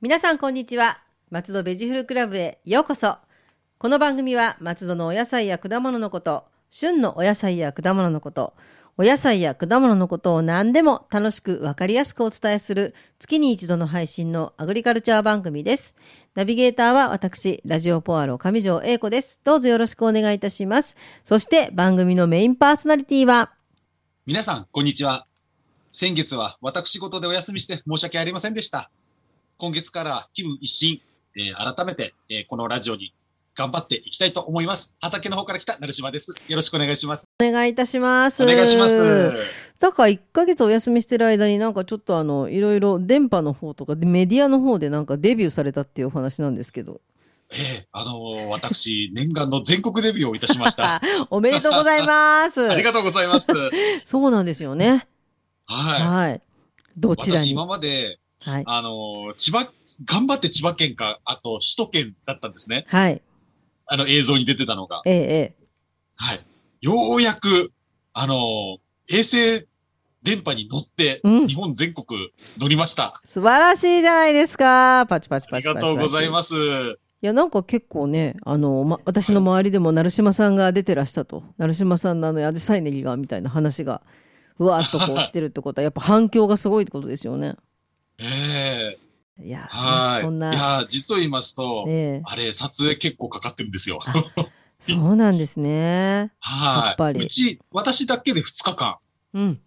皆さんこんにちは松戸ベジフルクラブへようこそこの番組は松戸のお野菜や果物のこと旬のお野菜や果物のことお野菜や果物のことを何でも楽しくわかりやすくお伝えする月に一度の配信のアグリカルチャー番組ですナビゲーターは私ラジオポアロ上条英子ですどうぞよろしくお願いいたしますそして番組のメインパーソナリティは皆さん、こんにちは。先月は私事でお休みして申し訳ありませんでした。今月から気分一新、えー改めて、えーこのラジオに頑張っていきたいと思います。畑の方から来た成島です。よろしくお願いします。お願いいたしますお願いします。だから1ヶ月お休みしてる間になんかちょっとあのいろいろ電波の方とかでメディアの方でなんかデビューされたっていうお話なんですけ どえーあのー私、念願の全国デビューをいたしま した。あおめでとうございますりがとうございます。そうなんですよねはい。はい、どちら私、に今まで、はい、あのー千葉、頑張って千葉県か、あと首都圏だったんですね。はい、あの映像に出てたのが。えええはい。ようやく、あのー衛星電波に乗って、うん日本全国乗りました。え素晴らしいじゃないですかパチパチあパりチパチがとうございすます。いやなんか結構ねあの、ま、私の周りでも成島さんが出てらしたと成島さんのあのアジサイネギがみたいな話がうわーっとこう来てるってことはやっぱ反響がすごいってことですよねええいやはい。そんないや、実を言いますと、ええあれ、撮影結構かかってる んですよ。あそうなんですね。はい。やっぱりうち、私だけで2日間。うん。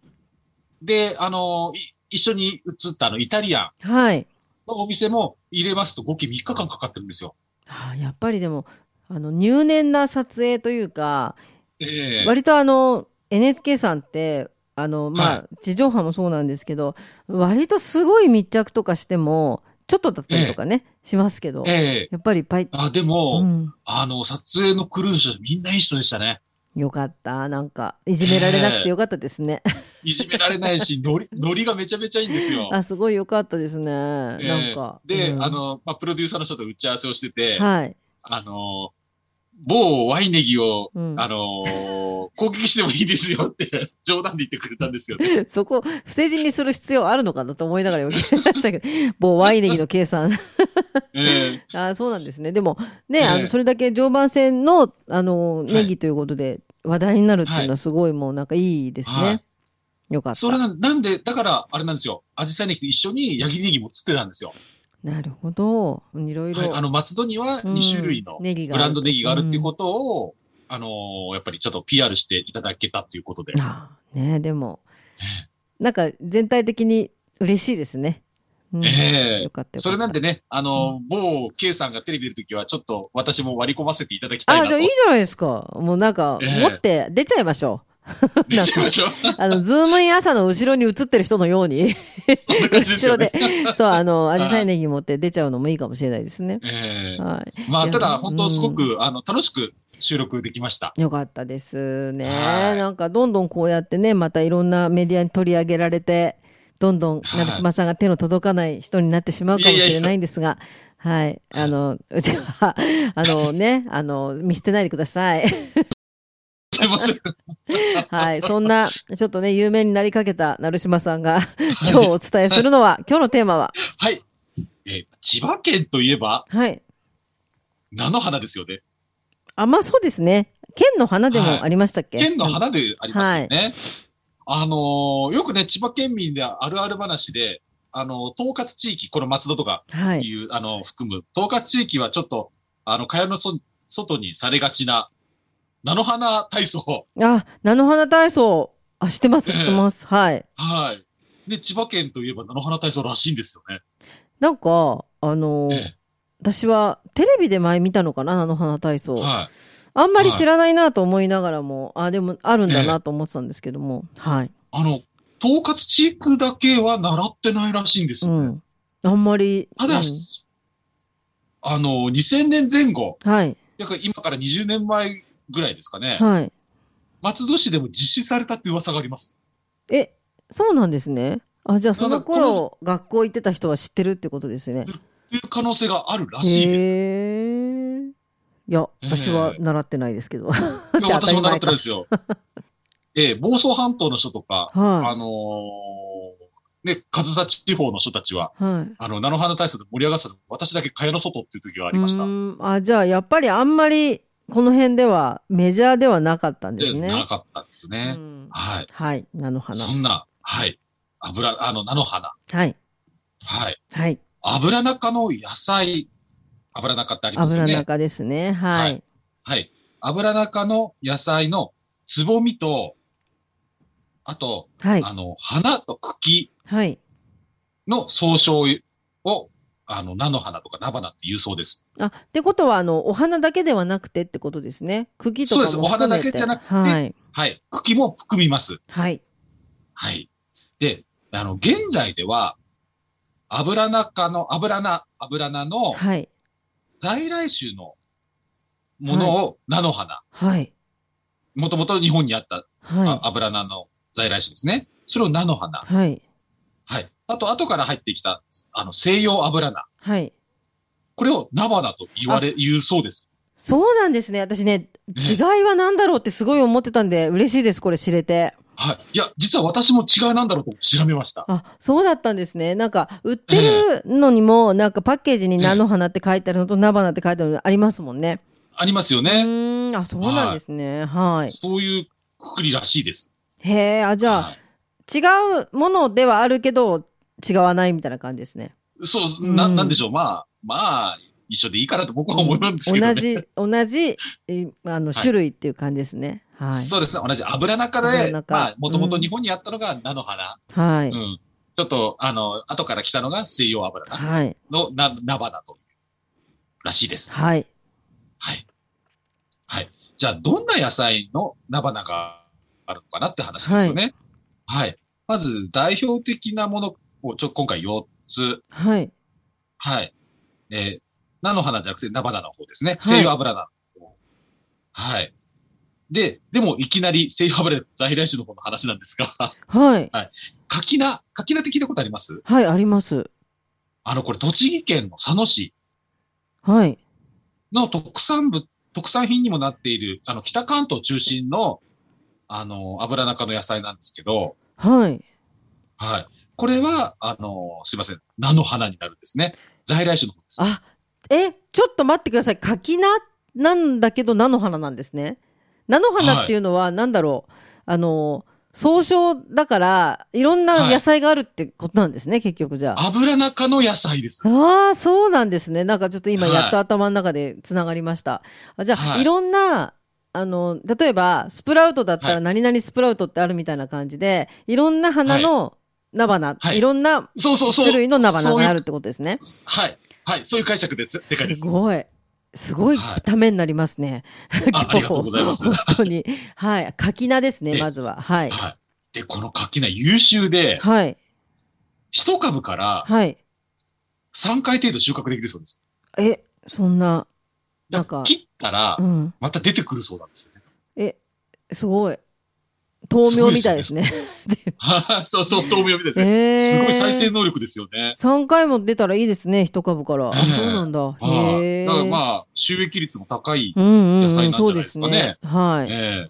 で、あのーい一緒に映ったあの、イタリアはい。ンのお店も入れますと合計3日間かかってるんですよ。あやっぱりでも、あの、入念な撮影というか、ええ割とあの、NHK さんって、あの、まあ、は地上波もそうなんですけど、割とすごい密着とかしても、ちょっとだったりとかね、しますけど、えやえっぱりパイ、あ、でうも、ん、あの、撮影のクルーの人みんないい人でしたね。よかった。なんか、いじめられなくてよかったですね。。いじめられないし、ノリ、ノリがめちゃめちゃいいんですよあ、すごいよかったですね。ええなんか。で、うんあ、の、まあ、プロデューサーの人と打ち合わせをしてて、はい。あの、某ワイネギを、うんあの、攻撃してもいいですよって 冗談で言ってくれたんですよね。そこ、不正人にする必要あるのかなと思いながら今聞きましたけど、某ワイネギの計 算。え えあーそうなんですね。でも、ね、ええあの、それだけ常磐線の、あの、いネギということで話題になるっていうのははすごいもうなんかいいですね。はいよかった。それなんなんで、だから、あれなんですよ。アジサイネギと一緒にヤギネギも釣ってたんですよ。なるほど。いろいろ。はい、あの、松戸にはうん2種類のネギがブランドネギがあるっていうことを、あの、やっぱりちょっと PR していただけたっていうことで。あーねでも、なんか全体的に嬉しいですね。うんええよかったよかったそれなんでね、あの、某 K さんがテレビ出るときは、ちょっと私も割り込ませていただきたいあ、なじゃと。あいいじゃないですか。もうなんか、ええ持って出ちゃいましょう。出ちゃいましょう。 あの、ズームイン朝の後ろに映ってる人のように、そんな感じ です後ろよねで。、そう、あの、アいジサイネギ持って出ちゃうのもいいかもしれないですね。ええはい。まいあ、やただ、本うん当すごく、あの、楽しく収録できました。よかったですね。はいなんか、どんどんこうやってね、またいろんなメディアに取り上げられて、どんどん、はい成島さんが手の届かない人になってしまうかもしれないんですが、はい。あの、 うちは、あのね、あの、見捨てないでください。 すいません。はい。そんな、ちょっとね、有名になりかけた成島さんが、 今日お伝えするのは、今日のテーマは、はい。えー千葉県といえば、はい。菜の花ですよね。あ、まあそうですね。県の花でもありましたっけ、県の花でありますよね。あのーよくね、千葉県民であるある話で、あのー統括地域、この松戸とか、はい。いう、あの、含む、統括地域はちょっと、あの、蚊帳のそ外にされがちな、菜の花体操。あ、菜の花体操。あ、知ってます、え知えってます。はい。はい。で、千葉県といえば菜の花体操らしいんですよね。なんか、あのーえ私はテレビで前見たのかな、菜の花体操。え、はあんまり知らないなと思いながらも、あ、でもあるんだなと思ってたんですけども。はい。い。あの、統括地域だけは習ってないらしいんですうよね。ん。あんまり。ただ、うんあの、2000年前後、はい。約今から20年前ぐらいですかね、はい。松戸市でも実施されたって噂があります。え、そうなんですね。あ、じゃあそのただ頃、学校行ってた人は知ってるってことですね。っていう可能性があるらしいです。へえ。いや、私は習ってないですけど。 いや、私も習ってないですよ。えー房総半島の人とか、あはのーね、上総地方の人たちは、い。はい。あの、菜の花大祭で盛り上がってた時私だけ蚊帳の外っていう時がありましたう。ーんあ、じゃあ、やっぱりあんまり、この辺ではメジャーではなかったんですで、ね。なかったんですよね。うんはい。はい。菜の花そ。んな、はい。油、あの、菜の花。はい。はい。はい。油中の野菜。油中ってありますよ油ね。中ですね。は。はいはい。油中の野菜のつぼみと、あと、はい。あの、花と茎はい。の総称を、あの、菜の花とか菜花って言うそうです。あ、ってことは、あの、お花だけではなくてってことですね。茎とかもそうですお花だけじゃなくて含めはい。はい。茎も含みます。はい。はい。で、あの、現在では、油中の、油菜、油菜のはい。在来種のものを菜の花。はい。もともと日本にあった、あは油菜の在来種ですね。それを菜の花。い。はい。はい。あと、後から入ってきた、あの、西洋油菜。はい。これを菜花と言われ、言うそうです。そうなんですね。私ね、違いは何だろうってすごい思ってたんで、嬉しいです、これ知れて。はい。いや、実は私も違いなんだろうと調べました。あ、そうだったんですね。なんか、売ってるのにも、なんかパッケージにええ菜の花って書いてあるのと菜花って書いてあるのありますもんね。ありますようね。ーん、あ、そうなんですね。はい。そういうくくりらしいです。へえ、あ、じゃあ、はい違うものではあるけど、違わないみたいな感じですね。そう、な、うんなんでしょう。まあ、まあ、一緒でいいかなと僕は思うんですけどね。同じ、同じ、えあの、はい種類っていう感じですね。はい。そうですね。同じ油中油で、中まあ、もともうとん日本にあったのが菜の花。はういん。。ちょっと、あの、後から来たのが西洋油菜はい。のな菜花という。らしいです。はい。はい。はい。じゃあ、どんな野菜の菜花があるのかなって話ですよね。はい。まず、代表的なものを、ちょ、今回4つ。はい。はい。えー、菜の花じゃなくて菜花の方ですね。西洋油菜の方。はい。で、でも、いきなり西洋油菜在来種の方の話なんですが、 はい。柿菜、柿菜って聞いたことありますはい、あります。あの、これ、栃木県の佐野市はい。の特産物、特産品にもなっている、あの、北関東中心の、あの、油中の野菜なんですけど、はい。はい。これは、あの、すいません、菜の花になるんですね。在来種の方です。あ、え、ちょっと待ってください。柿菜なんだけど菜の花なんですね。菜の花っていうのは、なんだろう。あの、総称だから、いろんな野菜があるってことなんですね、結局じゃあ。油中の野菜です。ああ、そうなんですね。なんかちょっと今はいやっと頭の中でつながりました。あじゃあ、はいい、ろんな、あの、例えば、スプラウトだったはらい何々スプラウトってあるみたいな感じで、いろんな花の菜花、、はいいろんなそうそうそう。種類の菜花そうがいあうるってことですね。はい。はい。そういう解釈です。正解です。ごい。すごいはいためになりますね。今日ありがとうございます本当に。はい。柿菜ですね、ええまずは。はい。はい。で、この柿菜優秀で、はい。一株からはい。 3回程度収穫できるそうです。え、そんな、だなかんらか切ったらう、ん。また出てくるそうなんですよね。え、すごい。豆苗みたいですね。そうそう、豆苗みたいですね。えーすごい再生能力ですよね。 3回も出たらいいですね、一株から。あええそうなんだ。はい。へえ。だからまあ、収益率も高い。うんうんうん、野菜なんじゃそなういでですすかねね。はい。ええ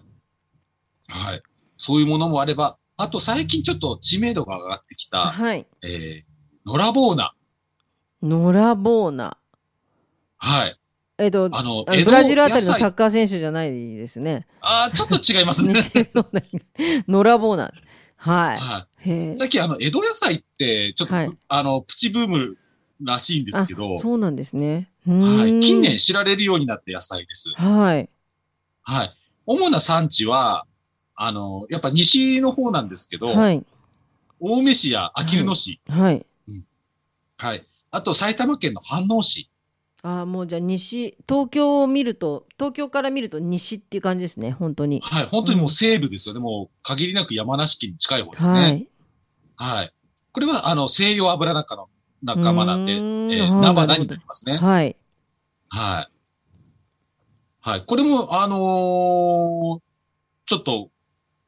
はい。そういうものもあれば、あと最近ちょっと知名度が上がってきた、はい。えー、ノラボーナ。ノラボーナ。はい。えっと、あの、あのブラジルああたりのサあッカー選手じゃないですね。あー、ちょっと違います似ね。てるような。ノラボーナ。は。はいへい。え。だけあの、江戸野菜って、ちょっと、はいあの、プチブームらしいんですけど、そうなんですね。うーんはい。近年。知られるようになった野菜です。はい。はい。主な産地は、あの、やっぱ西の方なんですけど、はい。青梅市やあきる野市、はい。はい。あと埼玉県の飯能市。ああ、もうじゃあ西、東京を見ると、東京から見ると西っていう感じですね、本当に。はい。本当にもう西部ですよね。もう限りなく山梨県に近い方ですね。ははい。い。これは、あの、西洋油中の仲間なんで、えうーんー、あ菜ーな花るほにどなりますね。はい。はい。はい。これも、あのーちょっと、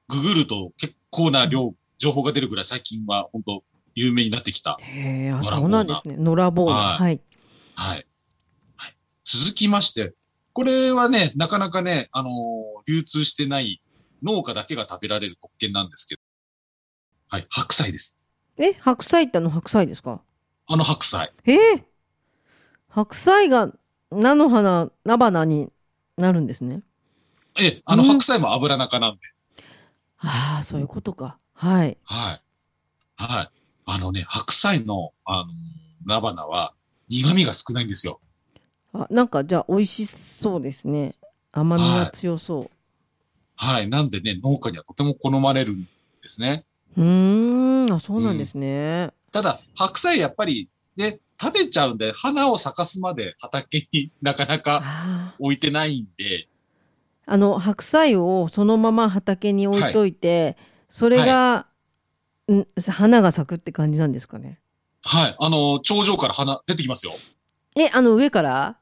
ググると結構な量、情報が出るぐらい最近は本当有名になってきた。へえ、あ、ノラボーナそうなんですね。ノラボーナ。はいはい。はい。はい、続きまして、これはね、なかなかね、あのー流通してない農家だけが食べられる黒犬なんですけど。はい、白菜です。え、白菜ってあの白菜ですかあの白菜。えー白菜が菜の花、菜花になるんですね。ええ、あのうん白菜も油中なんで。ああ、そういうことか。はい。はい。はい。あのね、白菜の、あの、菜花は苦味が少ないんですよ。あ、なんかじゃあ美味しそうですね。甘みが強そう。はい。なんでね、農家にはとても好まれるんですね。うーん、あ、そうなんですね。ただ、白菜やっぱりね、食べちゃうんで、花を咲かすまで畑に なかなかあー置いてないんで、あの、白菜をそのまま畑に置いといて、それが、ん花が咲くって感じなんですかね。はい。あの、頂上から花出てきますよ。え、あの上から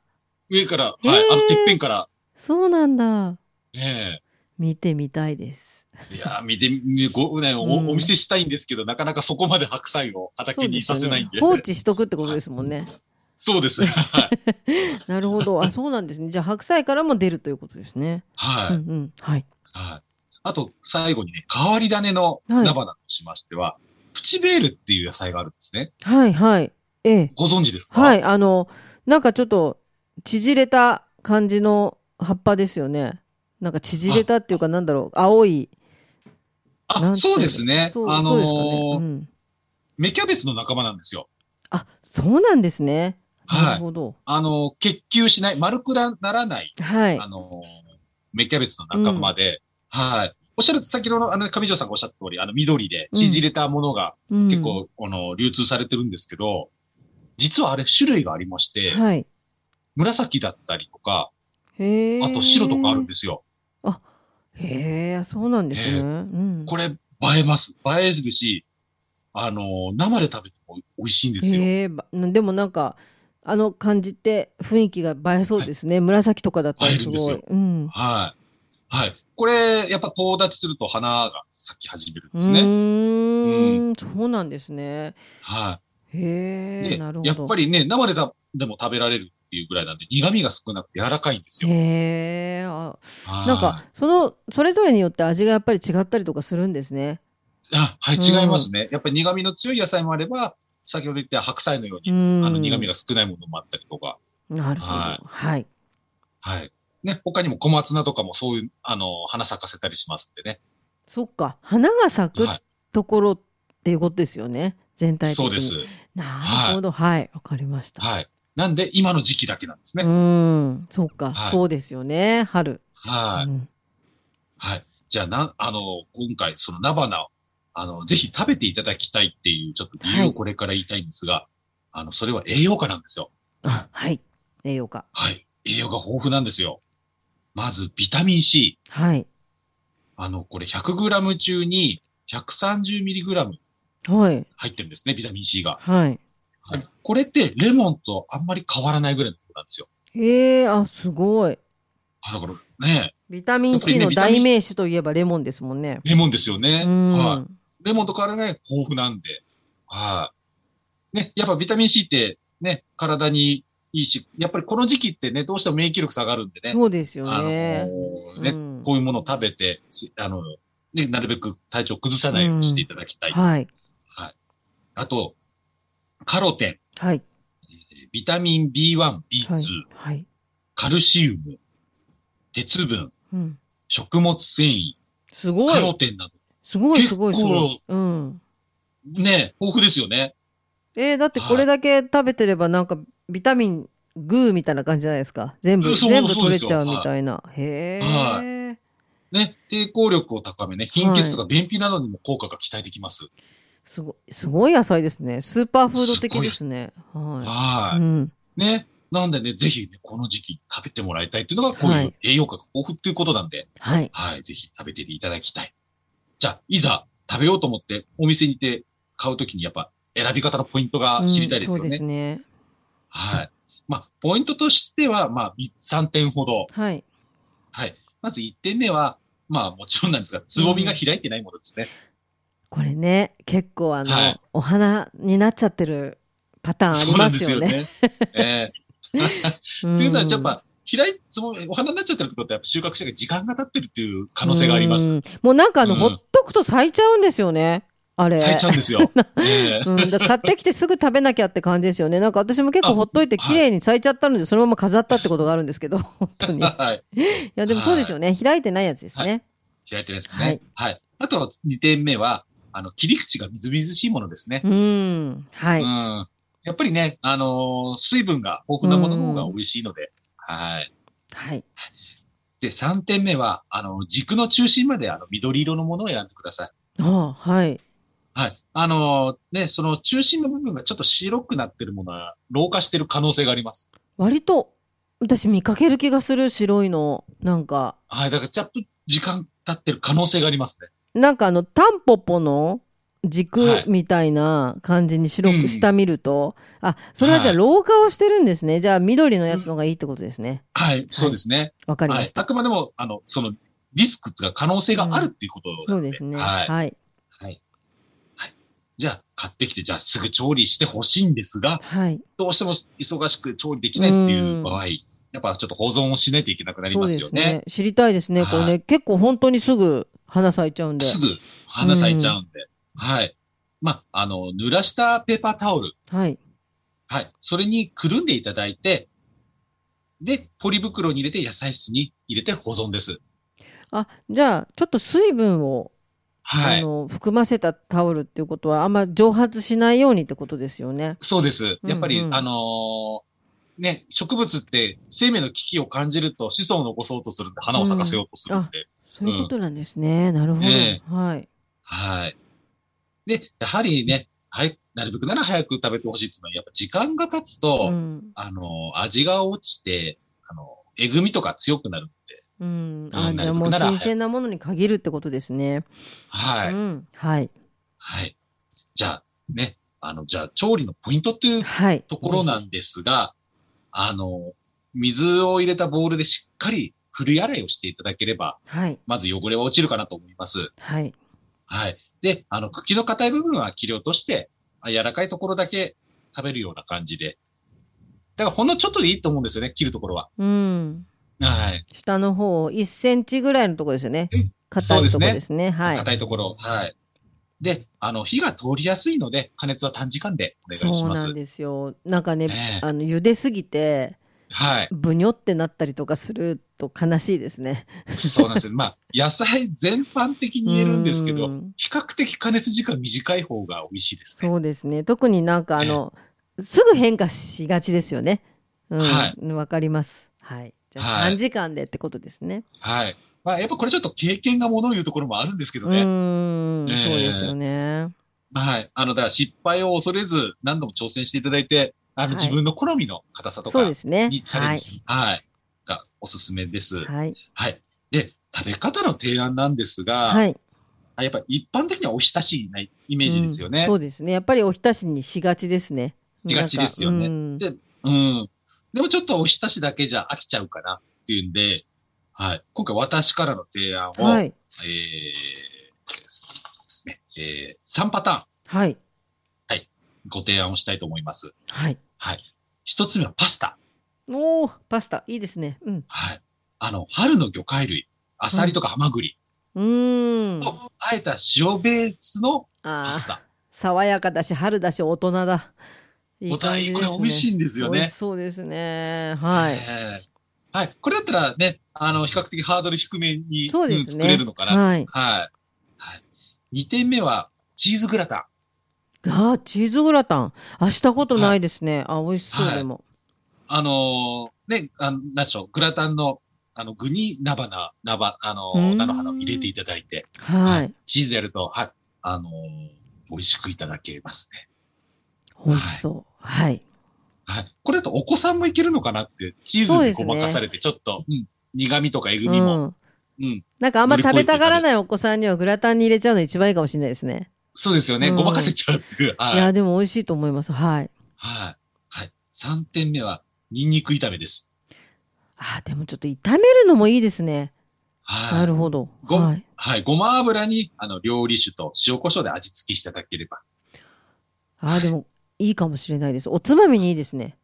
上から、はい。へーあの、てっぺんから。そうなんだ。ね見てみたいです。え。いやー、見て、みご、ね、お、うんお見せしたいんですけど、なかなかそこまで白菜を畑にそさうですせよなねいんで。放置しとくってことですもんね。そ うです。はい。なるほど。あ、そうなんですね。じゃあ白菜からも出るということですね。はい。うんうん。はい。はい。あと、最後にね、変わり種のはい菜花としましては、プチベールっていう野菜があるんですね。はいはい。ええ。ご存知ですか。はいい。あの、なんかちょっと縮れた感じの葉っぱですよね。なんか縮れたっていうかなんだろう。青い。なあ、んて言んだろそうですね。そうあのそうですかね。うー、ん。芽キャベツの仲間なんですよ。あ、そうなんですね。はいなるほど。あのー、結球しない、丸くならない、はいあ。のー、芽キャベツの仲間で、はい。おっしゃる、先ほどの、あの、上条さんがおっしゃった通り、あの、緑で、うん縮れたものがうん結。構、あの、流通されてるんですけど、実はあれ、種類がありまして、はい。紫だったりとか、へえ。。あと白とかあるんですすよ。へえ、そうなんですね。ええうん。これ映えます。映えるし、あのー生で食べても美味しいんですよ。ええばなでもなんかあの感じって雰囲気が映えそうですね、紫とかだったらすご映えるんいうんはい。はい。これ、やっぱ友達すると花が咲き始めるんうですね。ーんそうなんですねはへい。えでなる、ほどやっぱりね、生でたでも食べられるっていうぐらいなんで、苦味が少なくて柔らかいんですよ。へえあはいなんかそのそれぞれによって味がやっぱり違ったりとかするんですねあ、はい、うん違いますね。やっぱり苦味の強い野菜もあれば、先ほど言った白菜のよううに、んあの苦味が少ないものもあったりとか、なるほどは、はいはい。ね、他にも小松菜とかもそういう、あのー、花咲かせたりしますんでね。そっか花が咲くはところっていうことですよね、全い。体的にそうです。なるほどはいわ、かりました、はい。なんで、今の時期だけなんですね。うんそっか、はいそうですよね春、はい。うんはい。じゃあ、な、あの、今回、その菜花を、あの、ぜひ食べていただきたいっていう、ちょっと理由はをいこれから言いたいんですが、あの、それは栄養価なんですよ。あはい栄養価はい。栄養が豊富なんですよ。まず、ビタミン C。はいあの、これ 100g 中に 130mg はい入ってるんですね、ビタミン C が。はいはい。これって、レモンとあんまり変わらないぐらいのことなんですよ。えー、あすごいあだから、ね、ビタミン C の代名詞といえばレモンですもんねレモンですよね。うん、はい。レモンと変わらない豊富なんで。はい。ね、やっぱビタミン C ってね、体にいいし、やっぱりこの時期ってね、どうしても免疫力下がるんでね。そうですあよのねね、うんこういうものを食べて、しあの、ね、なるべく体調を崩さないようにしていただきたい。はいあと、カロテはいン、えービタミン B1、B2、はいはいカルシウム、鉄分、うん食物繊維、すごカロいテンなすごいすごいす結構ごい、うん、ど、ね、豊富ですよね。えー、だってこれだけ食べてればなんかビタミングーみたいな感じじゃないですか全部うんそう全部そ取うでれすよちゃうみたいな、へえ、ね、抵抗力を高めね、貧血とか便秘などにも効果が期待できます。すごいすごい野菜ですねスーパーフード的ですねは、はいうい。ん、ね。なんでね、ぜひね、この時期食べてもらいたいっていうのが、こうはいいう栄養価が豊富っていうことなんで、はいはい、ぜひ食べていただきたい。じゃあ、いざ食べようと思って、お店に行って買うときにやっぱ選び方のポイントが知りたいですようんそうでね。すねはい。まあ、ポイントとしては、まあ、3点ほど。はいはい。まず1点目は、まあ、もちろんなんですが、つぼみが開いてないものですね。これね結構あの、はいお花になっちゃってるパターンあそりうなまんですすよよね。 ね。ええとっていうのは、やっぱ、開いつもお花になっちゃってるってことは、やっぱ収穫してから時間が経ってるっていう可能性がありますう。んもうなんかあの、うんほっとくと咲いちゃうんですよね。あれ。咲いちゃうんです よ。ええうん、だから買ってきてすぐ食べなきゃって感じですよね。なんか私も結構あほっといて綺麗に咲いちゃったので、そのまま飾ったってことがあるんです けど、本当に。いはい。や、でもそうですよね。開いてないやつですね。開いてるんですね。ははいい。あと、2点目は、あの、切り口がみずみずしいものですね。うん。はうい。ん。やっぱりね、あのー水分が豊富なものの方が美味しいので、はい。はい。で、3点目は、あの、軸の中心まで、あの、緑色のものを選んでください。ああ、はい。はい。あのーね、その中心の部分がちょっと白くなってるものは、老化してる可能性があります。割と、私見かける気がする白いの。なんか、はい。だから、ちょっと時間経ってる可能性がありますね。なんかあの、タンポポのは軸いみたいな感じに白うくん下見ると、あ、それはじゃあはい老化をしてるんですね。じゃあ緑のやつのがいいってことですね。はい。そうですね。わかりはまいし。た。あくまでも、あの、その、リスクというか可能性があるっていうことそなうんで、ですね。はい。はい。はい。はい。じゃあ、買ってきて、じゃあすぐ調理してほしいんですが、はい。どうしても忙しく調理できないっていう場合、やっぱちょっと保存をしないといけなくなりますよね。知りたいですね。はいこれね、結構本当にすぐ花咲いちゃうんで。すぐ花咲いちゃうんで。はい。まあ、あの、濡らしたペーパータオル。はい。はい。それにくるんでいただいて、で、ポリ袋に入れて野菜室に入れて保存です。あ、じゃあ、ちょっと水分を、はあい。の、含ませたタオルっていうことは、あんま蒸発しないようにってことですよね。そうです。やっぱり、うんうんあのーね、植物って生命の危機を感じると子孫を残そうとするんで、花を咲かせようとするんで、そういうことなんですね。なるほど。えはい。はい。で、やはりね、はい、なるべくなら早く食べてほしいっていうのは、やっぱ時間が経つと、うん。あの、味が落ちて、あの、えぐみとか強くなるんで、うん。あ、うんじゃあもうなるべくなら新鮮なものに限るってことですね。はい。うん。はい。はい。じゃあ、ね、あの、じゃあ、調理のポイントっていうはい。ところなんですが、あの、水を入れたボウルでしっかり振り洗いをしていただければ、はい。まず汚れは落ちるかなと思います。はい。はい。で、あの、茎の硬い部分は切り落として、あ柔らかいところだけ食べるような感じで。だからほんのちょっとでいいと思うんですよね、切るところは。うん。はい。下の方、1センチぐらいのところですよねうん。硬いとそうころですねですね。はい。硬いところ。はい。で、あの、火が通りやすいので、加熱は短時間でお願いしそうまなすん。ですよ。なんかね、ねえあの、茹ですぎて、はい。ぶにょってなったりとかすると悲しいですね。そうなんですよ。まあ、野菜全般的に言えるんですけうど、ん比較的加熱時間短い方が美味しいですね。そうですね。特になんかあの、すぐ変化しがちですよね。うん。はわかります。はい。じゃあ、はい短時間でってことですね。はい。まあ、やっぱこれちょっと経験がものを言うところもあるんですけどうね。ーん、ええそうですよね。はい。あの、だから失敗を恐れず何度も挑戦していただいて、あの、はい自分の好みの硬さとそうかですねに。チャレはンいジ。する。はい、がおすすめです。はい。はい。で、食べ方の提案なんですが、はい。あやっぱ一般的にはお浸しないイメージですようんね。そうですね。やっぱりおひたしにしがちですね。しがちですよねなんかうん。でもちょっとお浸しだけじゃ飽きちゃうかなっていうんで、はい。今回私からの提案を、うんはい。えー、そうですね。えー、3パターンはい。ご提案をしたいと思います。はい。はい。一つ目はパスタ。おー、パスタ。いいですね。うん。はい。あの、春の魚介類、アサリとかハマグリうーん。と、あえた塩ベースのあパースタ。爽やかだし、春だし、大人だ。いおい感互じでいこすれね。美味しいんですよ美味ねし。そうですね。はい。えーはい。これだったらね、あの、比較的ハードル低めに、そううでんす作ね。れるのかな。はい。はい。はい。二点目は、チーズグラタン。あー、チーズグラタン。あ、したことないですね。あ、美味しそうはいでも。あのーね、あの、なんでしょう、グラタンの、あの、具に菜花、菜花、あのうーー、ん菜の花を入れていただいて、は。はいチーズでやると、はい。あのー美味しくいただけますね。美味しそう。はい。はい。これだとお子さんもいけるのかなって、チーズそうでにすごねまかされて、ちょっと、うん苦味とかえぐうみも、ん。うん。なんかあんま食べたがらないお子さんにはグラタンに入れちゃうの一番いいかもしれないですね。そうですよね。うんごまかせちゃうっていう。はいい。や、でも美味しいと思います。はい。はい。はい。3点目は、ニンニク炒めです。あー、でもちょっと炒めるのもいいですね。は。ないるほど。ごはい。はい。ごま油に、あの、料理酒と塩コショウで味付けしていただければ。あー、でもいいかもしれないです。おつまみにいいですね。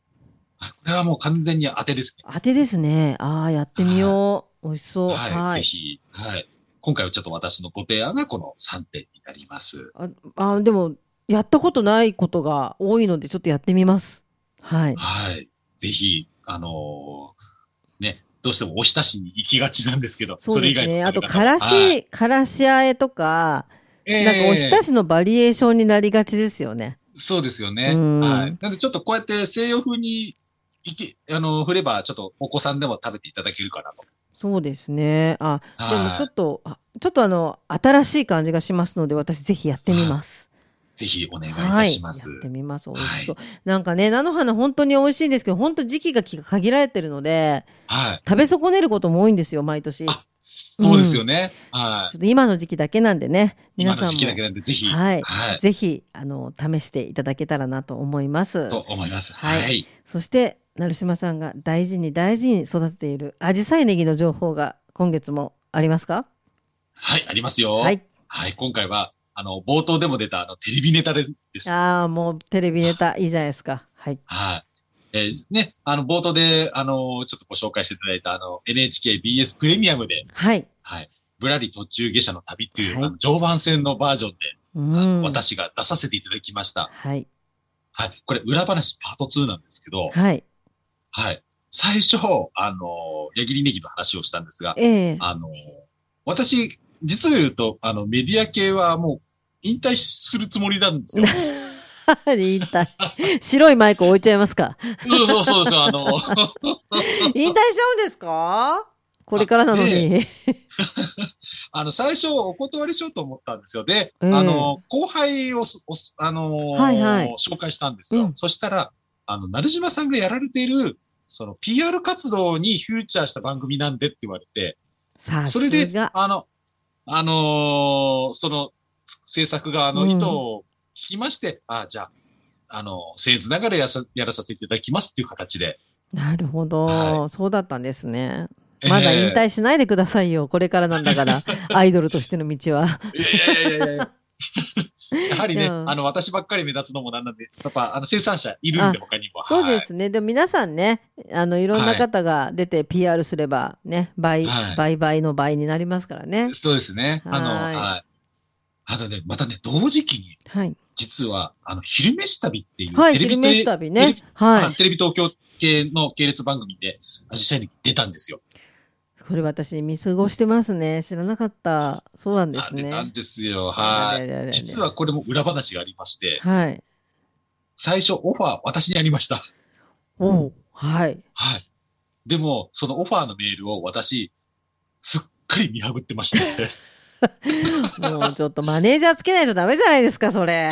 あこれはもう完全に当てですね。当てですね。ああ、やってみよう。美味しそう。はい、はぜい。ひ、はい。今回はちょっと私のご提案がこの3点になります。ああ、でも、やったことないことが多いので、ちょっとやってみます。はい。はい。ぜひ、あのーね、どうしてもおひたしに行きがちなんですけど、そうですれ以ね。外のあと、食べ方からはいし、からしあえとか、えなんかおひえたしのバリエーションになりがちですよね。そうですよね。うんはい。なので、ちょっとこうやって西洋風に、いき、あの、振れば、ちょっとお子さんでも食べていただけるかなと。そうですね。あ、でもはちょい。っと、あちょっとあの、新しい感じがしますので、私ぜひやってみます。ぜひお願いいはたい。しやます。ってみます。美味しそう。なんかね、菜の花本当に美味しいんですけど、本当時期が限られてるので、はい。食べ損ねることも多いんですよ、毎年。ちょあ、そうですよね。はい。っと今の時期だけなんでね、皆今さのんも時期だけなんで、ぜひ、はいはい。ぜひ、あの、試していただけたらなと思います。と思います。はいはい。そして、成島さんが大事に大事に育てている、紫陽花ネギの情報が今月もありますかはい、ありますよ。ははい。い。今回は、あの、冒頭でも出た、あの、テレビネタでです。ああ、もうテレビネタいいじゃないですか。はい。はい。えーね、あの、冒頭で、あの、ちょっとご紹介していただいた、あの、NHKBS プレミアムで、はい。はい。ぶらり途中下車の旅っていう、はいあの常磐線のバージョンで、うあのん。私が出させていただきました。はい。はい。これ、裏話パート2なんですけど、はい。はい。最初、あの、矢切ネギの話をしたんですが、ええ あの、私、実を言うと、あの、メディア系はもう、引退するつもりなんですよ。引退。白いマイク置いちゃいます か。そうそうそうそう、あの、 引退しちゃうんですかこれからなのに。ああの、最初お断りしようと思ったんですよ。で、ええあの、後輩をす、おすあのーはいはい紹介したんですよ。うんそしたら、あの、成島さんがやられている、その PR 活動にフューチャーした番組なんでって言われて、さ、それですが。あの、あのーその、つ制作側の意図を聞きまして、あ、じゃあ、あの、僭越ながらやさやらさせていただきますっていう形で。なるほど、はそうだったんですね。まだ引え退しないでくださいよ。これからなんだ から。アイドルとしての道は。えいやいやいや いやいや。やはりね、うんあの、私ばっかり目立つのもなんなんで、やっぱ、あの、生産者いるんで、他にも。そうですね。でも皆さんね、あの、いろんな方が出て PR すればね、倍、はい倍倍の倍になりますからねはい。そうですね。あの、ははいい。あとね、またね、同時期に、はい。実は、あの、昼飯旅っていう、はい、テレ昼ビ飯テ旅テレねビ。はあい。テレビ東京系の系列番組で、実際に出たんですよ。これ私見過ごしてますね。知らなかった。そうなんですあ出ね。たんですよ。あはれあれあれあれい。実はこれも裏話がありまして、はい。最初オファー私にありました。おうはい。はい。でも、そのオファーのメールを私、すっかり見破ってま して。もうちょっとマネージャーつけないとダメじゃないですか、そ れ。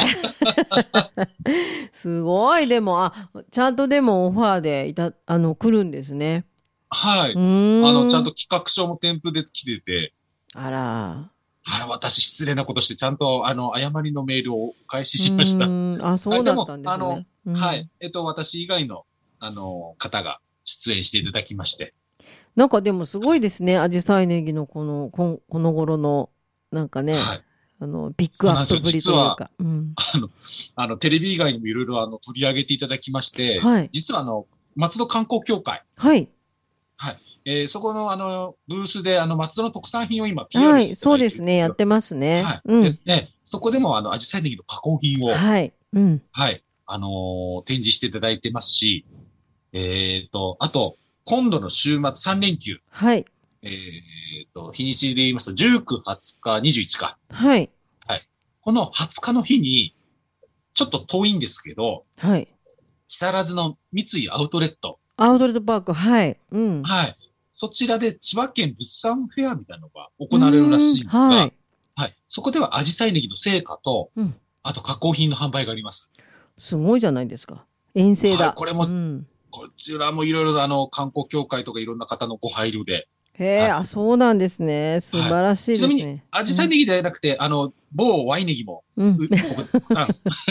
すごい。でも、あ、ちゃんとでもオファーでいた、あの、来るんですね。はうい。ーん。あの、ちゃんと。企画書も添付で来てて、あら。はい、私失礼なことして、ちゃんと、あの、誤りのメールをお返ししましたう。ーんあ、そうだったんですあでもあねうの。んはい。。えっと、私以外の、あの、方が出演していただきまして。なんかでもすごいですね。アジサイネギのこの、こんこの頃の、なんかね、はい。あの、ビッグアップぶりというか。うん。あの、あの、テレビ以外にもいろいろ、あの、取り上げていただきまして、はい。実はあの、松戸観光協会、はい。えーそこのあの、ブースであの、松戸の特産品を今 PR はしてい。いただそういてるんでですすね。やよってますね。はい。うでん。ねそこでもあの、アジサイネギの加工品を、はい、はい。うん。あのー展示していただいてますし、えっ、と、あと、今度の週末3連休、はい。えっ、と、日にちで言いますと、19、20日、21か。はい。この20日の日に、ちょっと遠いんですけど、はい。木更津の三井アウトレット。アウトレットパーク、はい。うん。はい。そちらで千葉県物産フェアみたいなのが行われるらしいんですが、うーんははいい、。そこではアジサイネギの成果と、うんあと加工品の販売があります。すごいじゃないですか。遠征だ。はいこれもうん、こちらもいろいろあの、観光協会とかいろんな方のご配慮で、へえ、はいあ、そうなんですね。素晴らしいですちなみね。アジサイネギではなくて、あの、某ワイネギも、うんうあ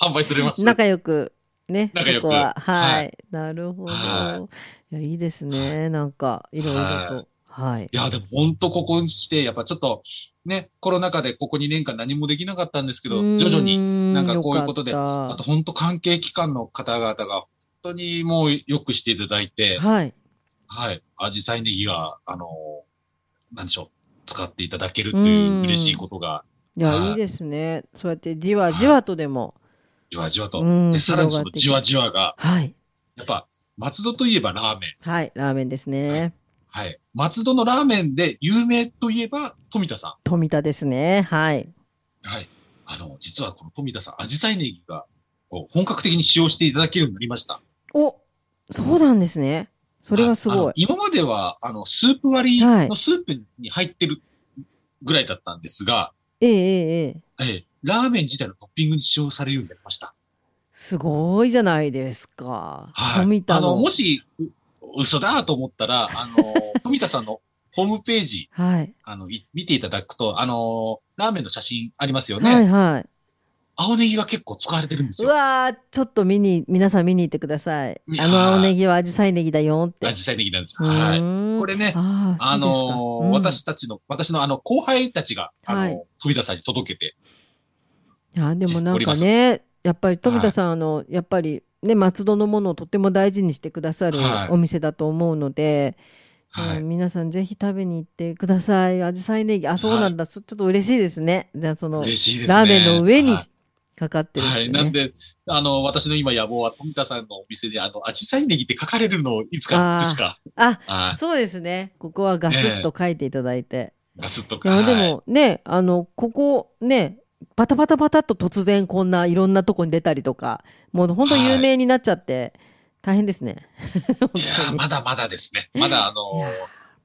販売されま す。仲良く。ね。仲良くそこは。はい。はなるほど。、はいや、いいですね。なんか、いろいろと。はい。いや、でも本当ここに来て、やっぱちょっと、ね、コロナ禍でここ2年間何もできなかったんですけど、徐々に、になんかこういうことでああと本当関係機関の方々が当にもうよくしていただいて、はい。はい。アジサイネギが、あのー、なんでしょう、使っていただけるという嬉しいことが、いや、はいいいですね。そうやってじわじわとでも。じわじわと。うんで、さらに広そがのってじわじわが、はい。やっぱ、松戸といえばラーメン。はい。ラーメンですはね。はい。松戸のラーメンで有名といえば、富田さ富田ですね。はい。ん。はい。あの、実はこの富田さん、アジサイネギが、こう本格的に使用していただけるようになりました。お、そうなんですね。それはすああごのい。今までは、あの、スープ割りはいのスープに入ってるぐらいだったんですが、ええええええ。ええラーメン自体のトッピングに使用されるようになりました。すごいじゃないですか。はい。富田あの、の。もし、う嘘だと思ったら、あの、 富田さんのホームページ、はい。あの、い見ていただくと、あのーラーメンの写真ありますよね。はいはい。青ネギが結構使われてるんですうよ。わー、ちょっと見に、皆さん見に行ってください。いやあーの青ネギはアジサイネギだよって。実際的なんですよ。はい。ここれね、あーあのーそうです私たちの、私のあの、後輩たちが、あのー、はい富田さんに届けて、かうんあーでもなおんりかますね、やっぱり富田さん、あの、やっぱりね、松戸のものをとても大事にしてくださるはいお店だと思うので、はうい。ん皆さんぜひ食べに行ってください。アジサイネギ。あ、そうなんだ。そちょっと嬉しいですね。じゃあその、嬉しいですね。ラーメンの上にはかかってい。るってはいいうなんね。で、あの、私の今野望は、富田さんのお店で、あの、アジサイネギって書かれるのをいつか、あーいつしか、あ、はいそうですね。ここはガスッと書いていただいて。ガスッといか。や、ではいもね、あの、ここね、パタパタパタっと突然こんないろんなとこに出たりとか、もう本当有名になっちゃって、大変ですね。本当 いやー、に。まだまだですね。まだあいのやーー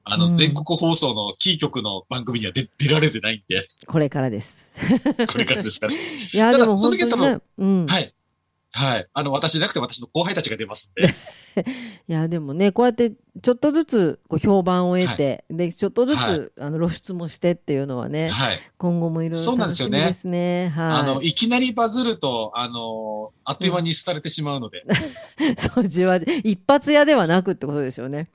あうんの、全国放送のキー局の番組には出出られてないん で、これからです。 これからですから。いや、たでだも本当そにの時はね、うん。はい。はい。あの、私じゃなくて私の後輩たちが出ますんで。いや、でもね、こうやってちょっとずつこう評判を得て、で、ちょっとずつあの露出もしてっていうのはね、はい。今後もいろいそろうなん楽ですしよみねですね。あの、はいきなりバズると、あの、あっという間に廃れてしまうので、い。 そう、じわじ一発屋ではなくってことですよね。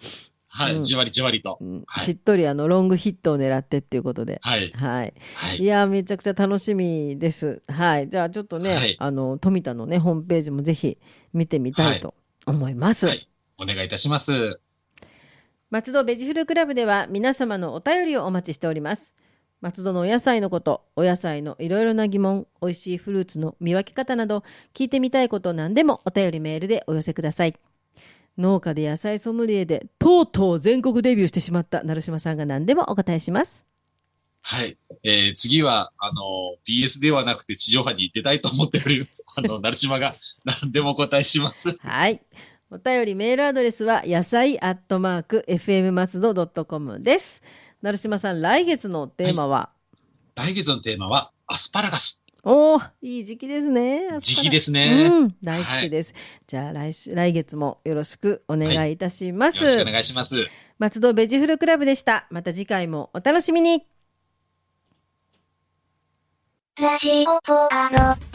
はうんい。じわりじわりとう。んはいしっとりあの、ロングヒットを狙ってっていうことで。はい。はい。はいい。やー、めちゃくちゃ楽しみです。はい。じゃあ、ちょっとね、はいあの、富田のね、ホームページもぜひ見てみたいと思います。はい。お願いいたします。松戸ベジフルクラブでは皆様のお便りをお待ちしております。松戸のお野菜のこと、お野菜のいろいろな疑問、美味しいフルーツの見分け方など、聞いてみたいこと何でもお便りメールでお寄せください。農家で野菜ソムリエで、とうとう全国デビューしてしまった成島さんが何でもお答えします。はい。えー次は、あの、BS ではなくて地上波に出たいと思っている、 あの、成島が何でもお答えします。はい。お便りメールアドレスは、野菜アットマーク、FM 松戸 .com です。成島さん、来月のテーマは、来月のテーマは、アスパラガス。おーいい時期ですね。時期すですね。ようん、大好きです。じゃあ来週、来月もよろしくお願いいたします。ろしくお願いします。松戸ベジフルクラブでした。また次回もお楽しみに。ラジオポアド。